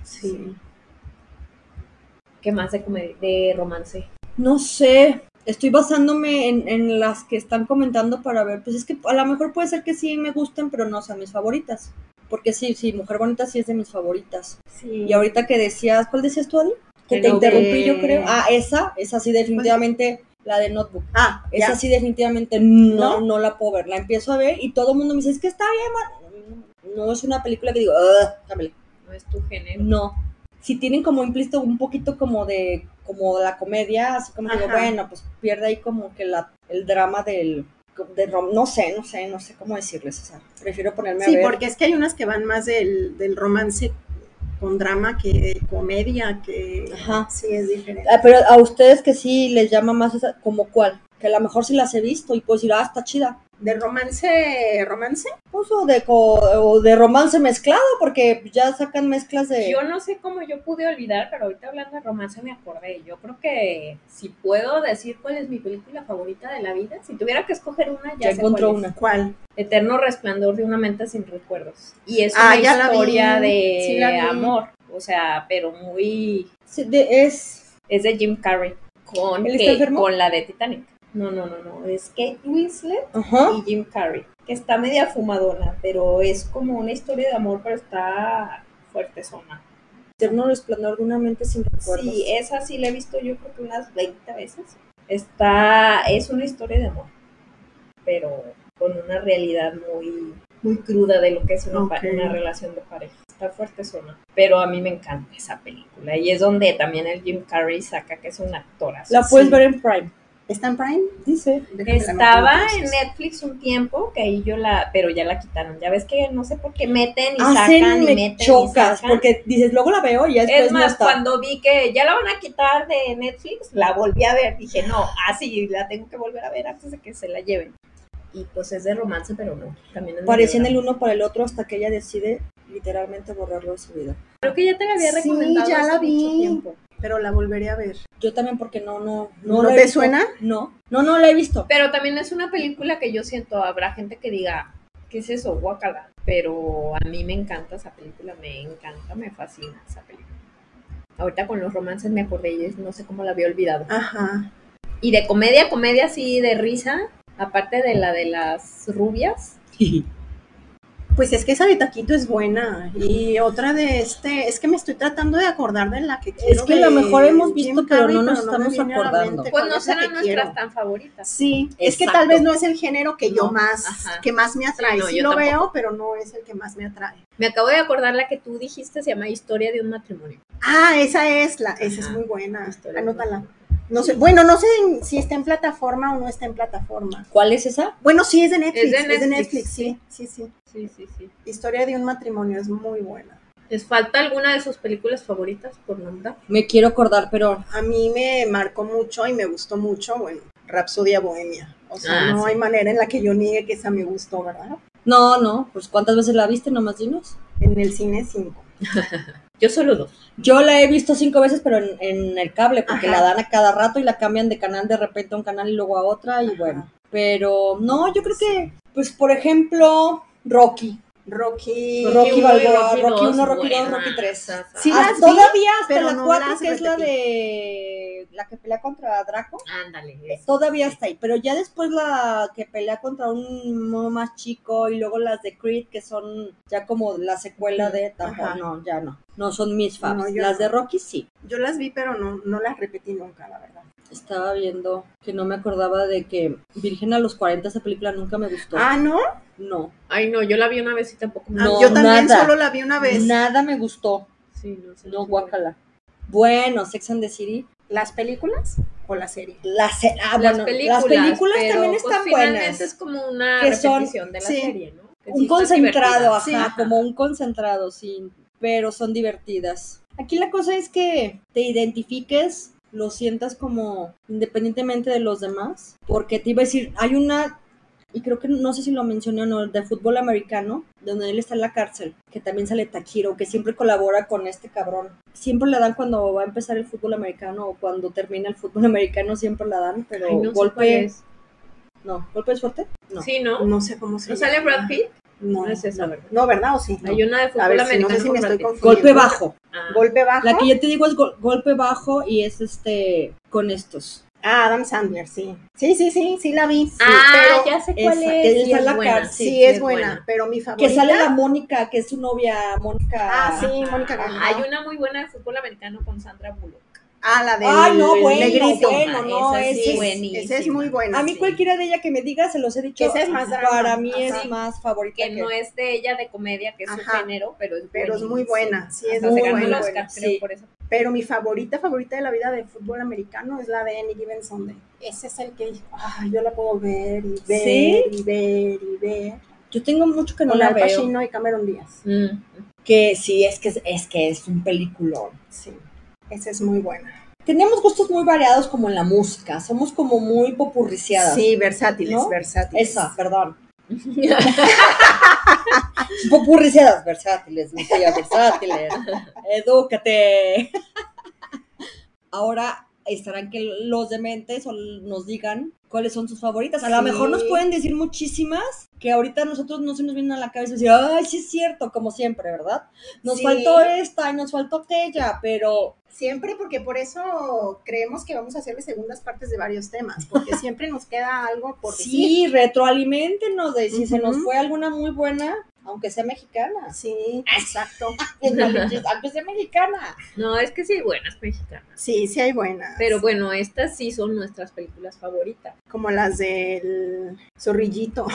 Sí.
¿Qué más de, comedia, de romance?
no sé, estoy basándome en, en las que están comentando para ver, pues es que a lo mejor puede ser que sí me gusten, pero no sean mis favoritas, porque sí, sí, Mujer Bonita sí es de mis favoritas.
Sí.
Y ahorita que decías, ¿cuál decías tú, Adi? Que
El
te
Notebook.
interrumpí, yo creo. Ah, esa, esa sí, definitivamente, la de Notebook.
Ah, ya.
Esa sí, definitivamente, no, no la puedo ver. La empiezo a ver y todo el mundo me dice, es que está bien, ma-". No es una película que digo, "Ugh, dámela".
No es tu género.
No. Si tienen como implícito un poquito como de como la comedia, así como que digo,
Ajá.
bueno, pues pierde ahí como que la, el drama del, de rom- no sé, no sé, no sé cómo decirles, o sea, prefiero ponerme
Sí,
a ver.
porque es que hay unas que van más del, del romance con drama que de comedia, que
Ajá.
sí es diferente.
Ah, Pero a ustedes que sí les llama más esa, como cuál, que a lo mejor sí las he visto y puedo decir, ah, está chida.
¿De romance, romance?
Pues, o de, co- o de romance mezclado, porque ya sacan mezclas de...
Yo no sé cómo yo pude olvidar, pero ahorita hablando de romance me acordé. Yo creo que si puedo decir cuál es mi película favorita de la vida, si tuviera que escoger una,
ya
ya, sé
encontró
cuál es.
una.
¿Cuál?
Eterno resplandor de una mente sin recuerdos. Y es
Ah,
una
ya la vi.
historia de
Sí, la vi.
amor, o sea, pero muy
Sí, de- es...
es de Jim Carrey con
¿Él está
Kate-
enfermo?
con la de Titanic. No, no, no, no, es Kate Winslet
Ajá.
y Jim Carrey, que está media fumadona, pero es como una historia de amor, pero está fuerte zona.
Eterno resplandor de una mente sin recuerdos.
Sí, esa sí la he visto yo creo que unas 20 veces. Está, es una historia de amor, pero con una realidad muy, muy cruda de lo que es una, pa-
Ok.
una relación de pareja. Está fuerte zona. Pero a mí me encanta esa película. Y es donde también el Jim Carrey saca que es un actorazo.
La puedes
Sí.
ver en Prime.
¿Está en Prime?
Dice.
Déjame la
Estaba
marco
en
entonces.
Netflix un tiempo que ahí yo la, pero ya la quitaron. Ya ves que no sé por qué meten y sacan
Hacen
y
Ah, me
meten y
chocas,
sacan.
porque dices, luego la veo y ya después
es más,
pues, no está.
cuando vi que ya la van a quitar de Netflix, la volví a ver. Dije, no, así la tengo que volver a ver antes de que se la lleven. Y pues es de romance, pero no. También es
Parecían
melodrama.
el uno para el otro hasta que ella decide literalmente borrarlo de su vida.
Creo que ya te la había
Sí,
recomendado.
ya
hace
la vi.
mucho tiempo.
Pero la volveré a ver.
Yo también porque no, no,
¿No
la he
te
visto.
suena?
No, no, no la he visto.
Pero también es una película que yo siento, habrá gente que diga, ¿qué es eso? Guacala. Pero a mí me encanta esa película, me encanta, me fascina esa película. Ahorita con los romances me acordé y es- no sé cómo la había olvidado.
Ajá.
Y de comedia, comedia así de risa, aparte de la de las rubias.
Pues es que esa de Taquito es buena. Y otra de este. Es que me estoy tratando de acordar de la que quiero.
que a lo
de
mejor hemos visto,
Jim
pero
Carrey,
no nos
me
estamos
viene a la
acordando.
mente
Pues
cuál
no
es la
serán
que
nuestras
quiero.
tan favoritas.
Sí, es que
Exacto.
tal vez no es el género que yo
No,
más,
ajá.
que más me atrae. Sí,
Sí, no, yo
lo
tampoco.
veo, pero no es el que más me atrae.
Me acabo de acordar la que tú dijiste, se llama Historia de un matrimonio.
Ah, esa es la, esa es
Ajá.
muy buena.
Historia de un
Anótala.
matrimonio.
No sé, bueno, no sé en- si está en plataforma o no está en plataforma.
¿Cuál es esa?
Bueno, sí es de Netflix, es de Netflix,
de Netflix,
sí, sí, sí.
Sí, sí, sí.
Historia de un matrimonio es muy buena.
¿Les falta alguna de sus películas favoritas por nombrar?
Me quiero acordar, pero
A mí me marcó mucho y me gustó mucho, bueno, Rapsodia Bohemia. O sea,
Ah,
no
sí.
hay manera en la que yo niegue que esa me gustó, ¿verdad?
no, no, pues ¿cuántas veces la viste? Nomás dinos.
En el cine 5.
Yo solo dos.
Yo la he visto cinco veces, pero en, en el cable, porque
Ajá.
la dan a cada rato y la cambian de canal de repente a un canal y luego a otra, y bueno. Pero no, yo creo que, pues por ejemplo, Rocky.
Rocky.
Rocky
uno y
Balboa, Ah, Rocky
dos,
1, Rocky 2,
buena.
Rocky 3.
Sí
Ah,
las vi,
todavía hasta
pero
la
no
4,
las
que es la
repetí.
de la que pelea contra Draco.
Ándale. es-
Todavía está ahí, pero ya después la que pelea contra un mono más chico y luego las de Creed, que son ya como la secuela de tampoco,
Ajá.
no, ya no, no son mis faves.
No, yo
las
no.
de Rocky sí,
Yo las vi, pero no, no las repetí nunca, la verdad.
estaba viendo que no me acordaba de que Virgen a los 40, esa película nunca me gustó,
Ah, ¿no?
no,
Ay, no, yo la vi una vez y tampoco me
Ah,
No,
yo también
nada.
solo la vi una vez.
nada me gustó,
Sí, no sé.
no, guacala. Bueno, Sex and the City,
¿Las películas o la serie?
la se- ah,
Las
bueno,
películas,
las películas
pero,
también
pues,
están
Finalmente
buenas.
es como una
Que son-
repetición de la
sí,
serie, ¿no? Que sí
un
están
concentrado,
divertidas.
ajá, como un concentrado, sí, pero son divertidas. Aquí la cosa es que te identifiques, lo sientas como independientemente de los demás, porque te iba a decir, hay una, y creo que no sé si lo mencioné o no, de fútbol americano, donde él está en la cárcel, que también sale Taquiro, que siempre colabora con este cabrón. Siempre la dan cuando va a empezar el fútbol americano o cuando termina el fútbol americano, siempre la dan, pero
Ay, no sé cuál
golpe,
es.
no, golpe de suerte. No.
Sí, ¿no?
No sé cómo se
¿No sale
llama.
Brad Pitt?
No,
No es esa, ¿verdad?
no, ¿verdad? ¿O sí? No.
Hay una de fútbol
A ver, si
americano
no sé si
con
me
Brad
estoy
Pitt.
confundiendo.
Golpe bajo.
Ah,
Golpe bajo.
La que yo te digo es gol- golpe bajo y es este con estos.
Ah, Adam Sandler, sí. Sí, sí, sí, sí la vi.
Ah,
pero
ya sé cuál
esa,
es.
que
sí,
está en la
es buena.
cárcel.
sí, es, buena, pero mi favorita.
Que sale la Mónica, que es su novia, Mónica.
Ah, sí, Mónica Gajá.
Hay una muy buena de fútbol americano con Sandra Bullock.
Ah, la del
Ay, no, bueno,
negrito.
bueno, no,
Esa sí
ese es-
buenísima.
Esa es muy buena.
A mí
sí.
cualquiera de ella que me diga, se los he dicho.
Esa es más drama.
Para mí
Ajá.
es más favorita
que
que,
no es de ella de comedia, que es su
Ajá.
género, pero es
Pero es muy
buenísima.
buena, sí, es
Hasta
muy
se ganó el
buena.
Oscar, creo,
sí.
por eso.
Pero mi favorita, favorita de la vida del fútbol americano es la de Any Given Sunday. Ese es el que ay, yo la puedo ver y ver
¿Sí?
y ver y ver.
Yo tengo mucho que no
Con
la
Al
veo.
Pacino y Cameron Díaz. Mm.
Que sí, es que es, es que es un peliculón.
Sí, esa es muy buena.
Tenemos gustos muy variados como en la música. Somos como muy popurriciadas.
Sí, versátiles,
¿No?
versátiles.
Esa, perdón. Popurriciadas versátiles, mi tía, versátiles. Edúcate. Ahora estarán que los dementes o nos digan cuáles son sus favoritas. A lo
Sí.
mejor nos pueden decir muchísimas que ahorita a nosotros no se nos vienen a la cabeza y decir, ay, sí es cierto, como siempre, ¿verdad? Nos
Sí.
faltó esta y nos faltó aquella, pero
Siempre porque por eso creemos que vamos a hacerle segundas partes de varios temas, porque siempre nos queda algo por decir.
sí, retroalimentenos de si se nos
Ujú.
fue alguna muy buena, aunque sea mexicana.
Sí, exacto.
aunque sea mexicana.
No, es que sí hay buenas mexicanas.
Sí, sí hay buenas.
Pero bueno, estas sí son nuestras películas favoritas.
Como las del zorrillito.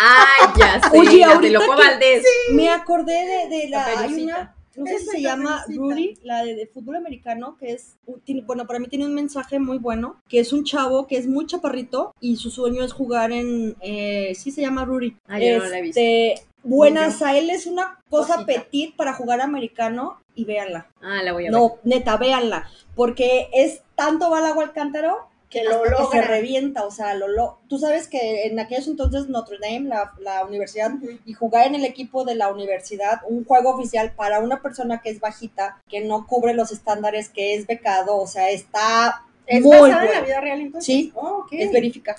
Ah, ya sé.
Oye,
las
ahorita
de Loco
que-
Valdés.
Me acordé de, de la.
La
hay
Pelucita.
una no sé si
Esa
se
yo
llama
necesito.
Rudy, la de, de fútbol americano, que es, un- tiene- bueno, para mí tiene un mensaje muy bueno, que es un chavo que es muy chaparrito y su sueño es jugar en, eh, sí se llama Rudy.
Ah, yo no la he visto.
Este, buena, o sea, él es una cosa
Cosita.
petit para jugar americano y véanla.
Ah, la voy a ver.
No, neta, véanla, porque es tanto va el agua al cántaro
Que
hasta
lo
que se
logra.
revienta, o sea, lo, lo- tú sabes que en aquellos entonces Notre Dame, la, la universidad, y jugar en el equipo de la universidad, un juego oficial para una persona que es bajita, que no cubre los estándares, que es becado, o sea, está
¿Es
muy
basada en la
bueno.
vida real entonces?
Sí.
Oh, ok.
Es verifica.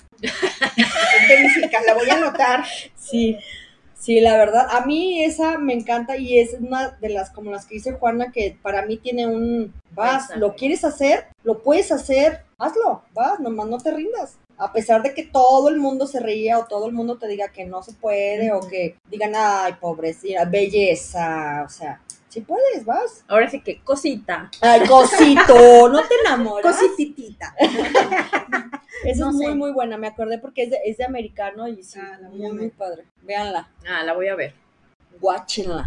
Verifica, la voy a anotar.
Sí, sí, la verdad, a mí esa me encanta y es una de las como las que dice Juana que para mí tiene un vas,
Mensaje.
lo quieres hacer, lo puedes hacer, hazlo, vas, nomás no te rindas. A pesar de que todo el mundo se reía o todo el mundo te diga que no se puede o que digan, ay, pobrecita, belleza, o sea, si puedes, vas.
Ahora sí que cosita.
Ay, cosito, no te enamoras.
Cosititita.
Esa
no
es muy,
sé.
muy buena, me acordé porque es de, es de americano y sí,
Ah, la voy a
muy,
ver.
muy padre. Véanla,
Ah, la voy a ver.
guáchenla.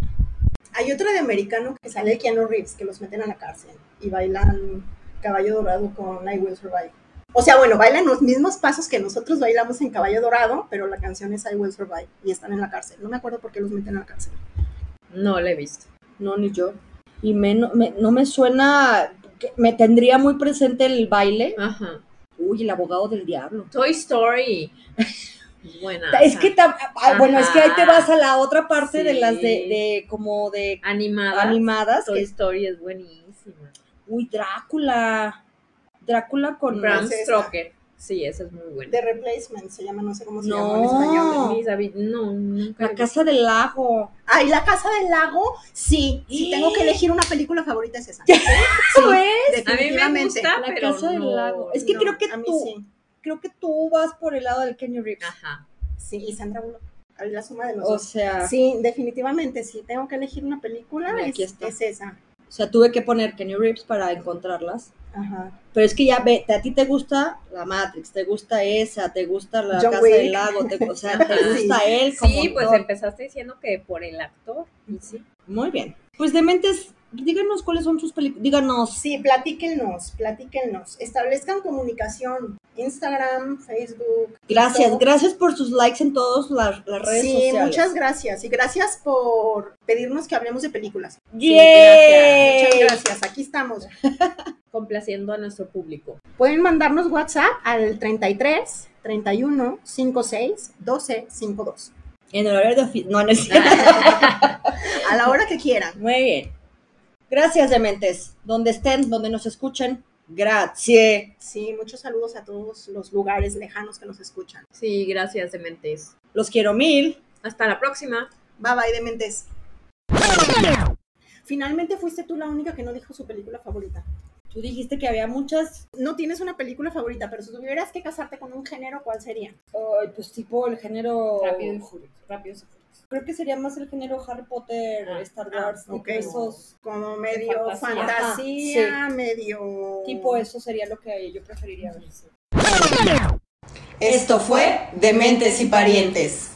Hay otra de americano que sale de Keanu Reeves, que los meten a la cárcel y bailan Caballo Dorado con I Will Survive. O sea, bueno, bailan los mismos pasos que nosotros bailamos en Caballo Dorado, pero la canción es I Will Survive y están en la cárcel. No me acuerdo por qué los meten a la cárcel.
No la he visto.
No, ni yo. Y me, no, me, no me suena, que- me tendría muy presente el baile.
Ajá.
Uy, el abogado del diablo.
Toy Story. Buena.
es que, tam- ah, bueno, es que ahí te
Ajá.
vas a la otra parte de las de,
Sí.
de como de
animada.
animadas.
Toy
Que,
Story es buenísima.
uy, Drácula. Drácula con...
Bram
es esta.
Stoker. Sí, esa es muy buena.
The Replacement se llama, no sé cómo se
No.
llama en español.
Ni sabí- No, nunca.
La
he visto.
casa del lago.
Ay, La Casa del Lago, sí. Si tengo que elegir una película favorita es esa.
¿Cómo es?
A mí me
Definitivamente.
gusta,
La
pero
casa del
no-
lago. Es que
no.
creo que
a mí
tú-
sí.
Creo que tú vas por el lado del Kenny Reeves.
Ajá.
Sí, y Sandra Bullock. La suma de los
O
dos.
sea,
Ah, Sí, definitivamente, si tengo que elegir una película,
Mira,
es,
aquí está.
es esa.
o sea, tuve que poner Kenny Reeves para encontrarlas.
Ajá.
Pero es que ya ve, a ti te gusta la Matrix, te gusta esa, te gusta la
John
Casa
Wick.
del Lago, te, o sea, te gusta él como
Sí, pues em
actor.
empezaste diciendo que por el actor. Y sí.
Muy bien. Pues dementes, díganos cuáles son sus películas, díganos.
Sí, platíquenos, platíquenos. Establezcan comunicación. Instagram, Facebook.
Gracias,
TikTok.
gracias por sus likes en todas las, las redes
Sí,
sociales.
muchas gracias. Y gracias por pedirnos que hablemos de películas.
¡Yay!
Sí, gracias. Muchas gracias. Aquí estamos.
Complaciendo a nuestro público.
Pueden mandarnos WhatsApp al 33 31 56 12 52.
En horario de ofi- no, no es cierto.
Ah.
A la hora que quieran.
Muy bien. Gracias, dementes. Donde estén, donde nos escuchen, gracias.
Sí, muchos saludos a todos los lugares lejanos que nos escuchan.
Sí, gracias, Dementes.
Los quiero mil.
Hasta la próxima.
Bye bye, dementes. Finalmente fuiste tú la única que no dijo su película favorita.
Tú dijiste que había muchas,
No tienes una película favorita, pero si tuvieras que casarte con un género, ¿cuál sería?
ay, pues tipo el género...
Rápido y furioso. Rápido y furioso.
creo que sería más el género Harry Potter,
Ah,
Star
ah,
Wars,
ok.
tipo esos,
Como medio
Fantasía.
fantasía,
Ajá,
medio...
tipo eso sería lo que yo preferiría ver.
Esto fue Dementes y Parientes.